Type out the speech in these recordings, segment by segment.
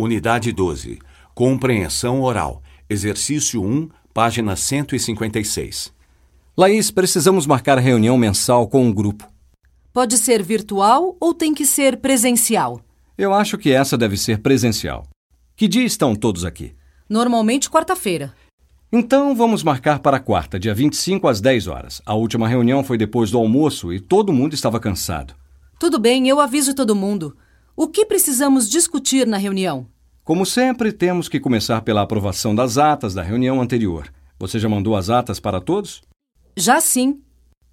Unidade 12. Compreensão oral. Exercício 1, página 156. Laís, precisamos marcar reunião mensal com um grupo. Pode ser virtual ou tem que ser presencial? Eu acho que essa deve ser presencial. Que dia estão todos aqui? Normalmente quarta-feira. Então vamos marcar para quarta, dia 25 às 10 horas. A última reunião foi depois do almoço e todo mundo estava cansado. Tudo bem, eu aviso todo mundo. O que precisamos discutir na reunião? Como sempre, temos que começar pela aprovação das atas da reunião anterior. Você já mandou as atas para todos? Já sim.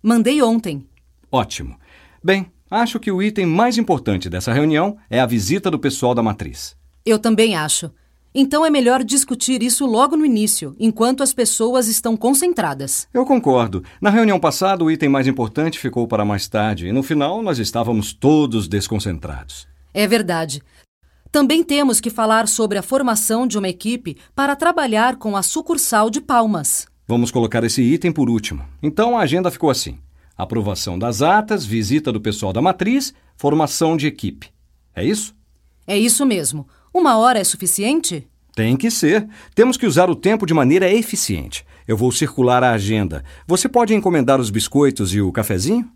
Mandei ontem. Ótimo. Bem, acho que o item mais importante dessa reunião é a visita do pessoal da matriz. Eu também acho. Então é melhor discutir isso logo no início, enquanto as pessoas estão concentradas. Eu concordo. Na reunião passada, o item mais importante ficou para mais tarde e no final nós estávamos todos desconcentrados. É verdade. Também temos que falar sobre a formação de uma equipe para trabalhar com a sucursal de Palmas. Vamos colocar esse item por último. Então a agenda ficou assim: aprovação das atas, visita do pessoal da matriz, formação de equipe. É isso? É isso mesmo. Uma hora é suficiente? Tem que ser. Temos que usar o tempo de maneira eficiente. Eu vou circular a agenda. Você pode encomendar os biscoitos e o cafezinho?